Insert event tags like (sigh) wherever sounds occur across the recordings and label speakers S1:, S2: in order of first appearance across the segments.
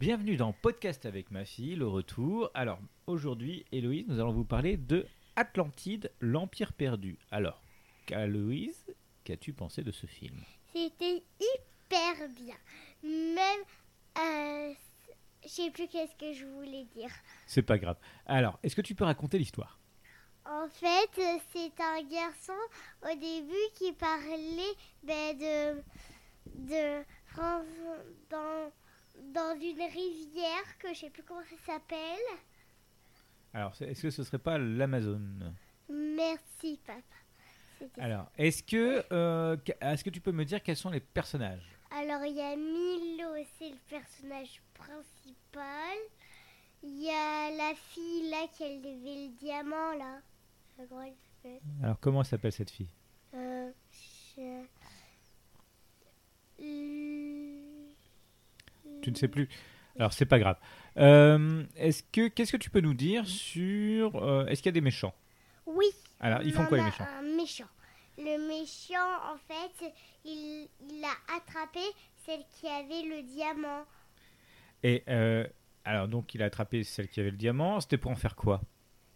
S1: Bienvenue dans Podcast avec ma fille, le retour. Alors, aujourd'hui, Héloïse, nous allons vous parler de Atlantide, l'Empire perdu. Alors, Héloïse, qu'as-tu pensé de ce film
S2: C'était hyper bien. Même. euh, je sais plus qu'est-ce que je voulais dire.
S1: C'est pas grave. Alors, est-ce que tu peux raconter l'histoire
S2: En fait, euh, c'est un garçon au début qui parlait ben, de. de. Fran- dans, dans une rivière que je sais plus comment ça s'appelle.
S1: Alors, c'est- est-ce que ce serait pas l'Amazone
S2: Merci, papa. C'était ça.
S1: Alors, est-ce que, euh, qu- est-ce que tu peux me dire quels sont les personnages
S2: Alors, il y a Milo, c'est le personnage principal. Il y a la fille là qui a levé le diamant là. La grosse fille.
S1: Alors, comment s'appelle cette fille
S2: Euh, je- L-
S1: Tu ne sais plus. Alors, c'est pas grave. Euh, est-ce que, qu'est-ce que tu peux nous dire sur, euh, est-ce qu'il y a des méchants
S2: Oui.
S1: Alors, Ah, ils
S2: on
S1: font quoi
S2: en
S1: les
S2: a
S1: méchants
S2: Un méchant. Le méchant, en fait, il, il a attrapé celle qui avait le diamant.
S1: Et euh, alors, donc, il a attrapé celle qui avait le diamant. C'était pour en faire quoi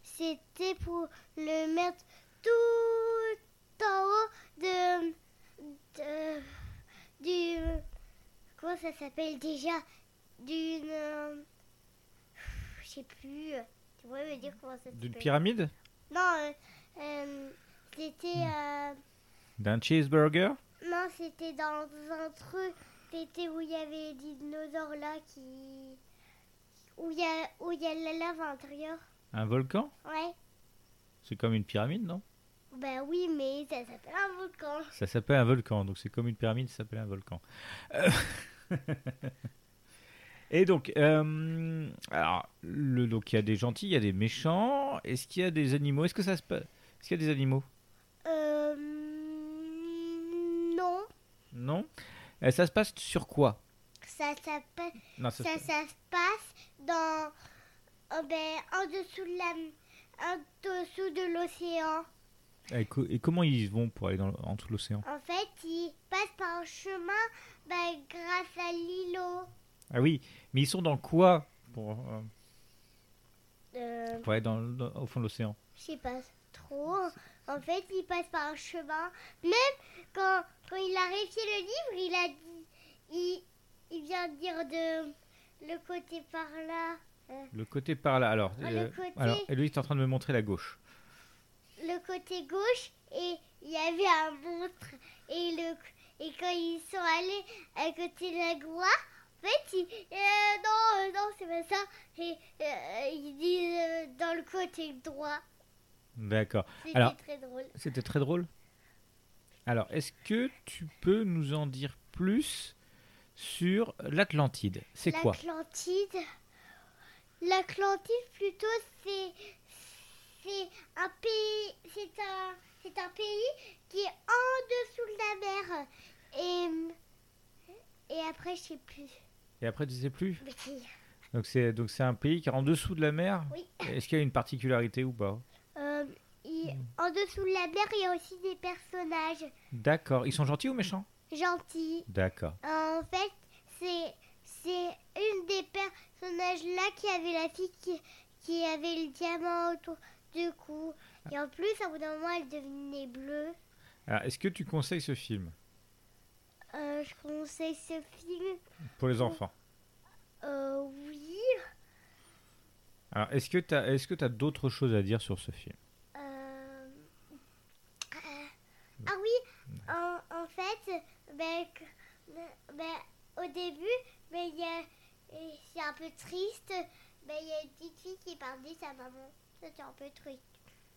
S2: C'était pour le mettre tout en haut de, de- du comment ça s'appelle déjà d'une euh, je sais plus. Tu pourrais me dire comment ça s'appelle
S1: D'une pyramide
S2: Non, euh, euh, c'était euh,
S1: D'un cheeseburger
S2: non c'était dans un truc. C'était où il y avait les dinosaures là qui où il y a où il y a la lave à l'intérieur.
S1: Un volcan
S2: Ouais.
S1: C'est comme une pyramide, non
S2: Bah oui, mais ça s'appelle un volcan.
S1: Ça s'appelle un volcan, donc c'est comme une pyramide, ça s'appelle un volcan. Euh, (laughs) Et donc, euh, alors, le, donc il y a des gentils, il y a des méchants. Est-ce qu'il y a des animaux Est-ce que ça se passe Est-ce qu'il y a des animaux
S2: Euh. Non.
S1: Non. Euh, ça se passe sur quoi
S2: Ça, s'appelle-
S1: Non, ça,
S2: ça,
S1: se-
S2: ça se passe dans. oh ben, en dessous de la. En dessous de l'océan.
S1: Et, co- et comment ils vont pour aller dans, le- en dessous de l'océan
S2: En fait, ils passent par un chemin ben, grâce à l'îlot.
S1: Ah oui, mais ils sont dans quoi pour, euh,
S2: Euh,
S1: pour aller dans, le- dans- au fond de l'océan
S2: Je sais pas trop. En fait, il passe par un chemin. Même quand, quand il a réussi le livre, il a dit. Il, il vient de dire de. Le côté par là.
S1: Le côté par là. Alors,
S2: Ah, le
S1: euh,
S2: côté-
S1: alors Héloïse est en train de me montrer la gauche.
S2: le côté gauche et il y avait un monstre. Et, le, et quand ils sont allés à côté de la gloire, en fait, ils, euh, non, euh, non, c'est pas ça. Et euh, ils disent euh, dans le côté droit.
S1: D'accord.
S2: C'était
S1: Alors-
S2: très drôle.
S1: C'était très drôle. Alors, est-ce que tu peux nous en dire plus sur l'Atlantide C'est quoi
S2: L'Atlantide. L'Atlantide plutôt c'est c'est un pays c'est un c'est un pays qui est en dessous de la mer et et après je sais plus.
S1: Et après, tu sais plus
S2: Mais c'est-
S1: Donc, c'est donc c'est un pays qui est en dessous de la mer
S2: Oui.
S1: Est-ce qu'il y a une particularité ou pas
S2: Euh, il- En dessous de la mer, il y a aussi des personnages
S1: D'accord. Ils sont gentils ou méchants
S2: gentils.
S1: D'accord.
S2: En fait, c'est c'est une des personnages là qui avait la fille qui, qui avait le diamant autour du cou. Et en plus, à bout d'un moment, elle devenait bleue.
S1: Alors, est-ce que tu conseilles ce film
S2: Euh, je conseille ce film.
S1: pour
S2: Mmh.
S1: les enfants
S2: Euh, oui.
S1: Alors, est-ce que tu as, est as d'autres choses à dire sur ce film
S2: Euh, euh, Ah oui, en, en fait, ben, que- ben, au début, ben, il y a- et c'est un peu triste, ben, il y a une petite fille qui parlait sa maman. C'était un peu triste.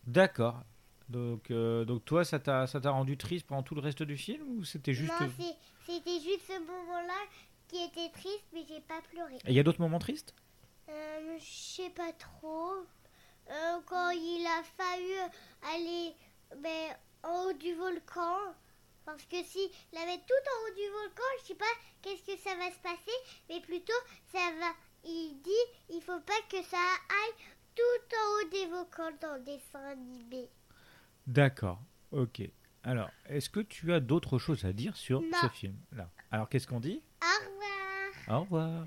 S1: D'accord. Donc, euh, donc toi, ça t'a ça t'a rendu triste pendant tout le reste du film ou c'était juste...
S2: Non, c'est- c'était juste ce moment-là qui était triste, mais j'ai pas pleuré.
S1: Et Il y a d'autres moments tristes
S2: Euh, je sais pas trop. Euh, quand il a failli aller ben, en haut du volcan, parce que si l'avait tout en haut du volcan, je sais pas qu'est-ce que ça va se passer, mais plutôt ça va. Il dit, il faut pas que ça aille tout en haut des volcans dans le dessin animé.
S1: D'accord, ok. Alors, est-ce que tu as d'autres choses à dire sur
S2: Non.
S1: ce film Non. Alors, qu'est-ce qu'on dit
S2: Au revoir.
S1: Au revoir.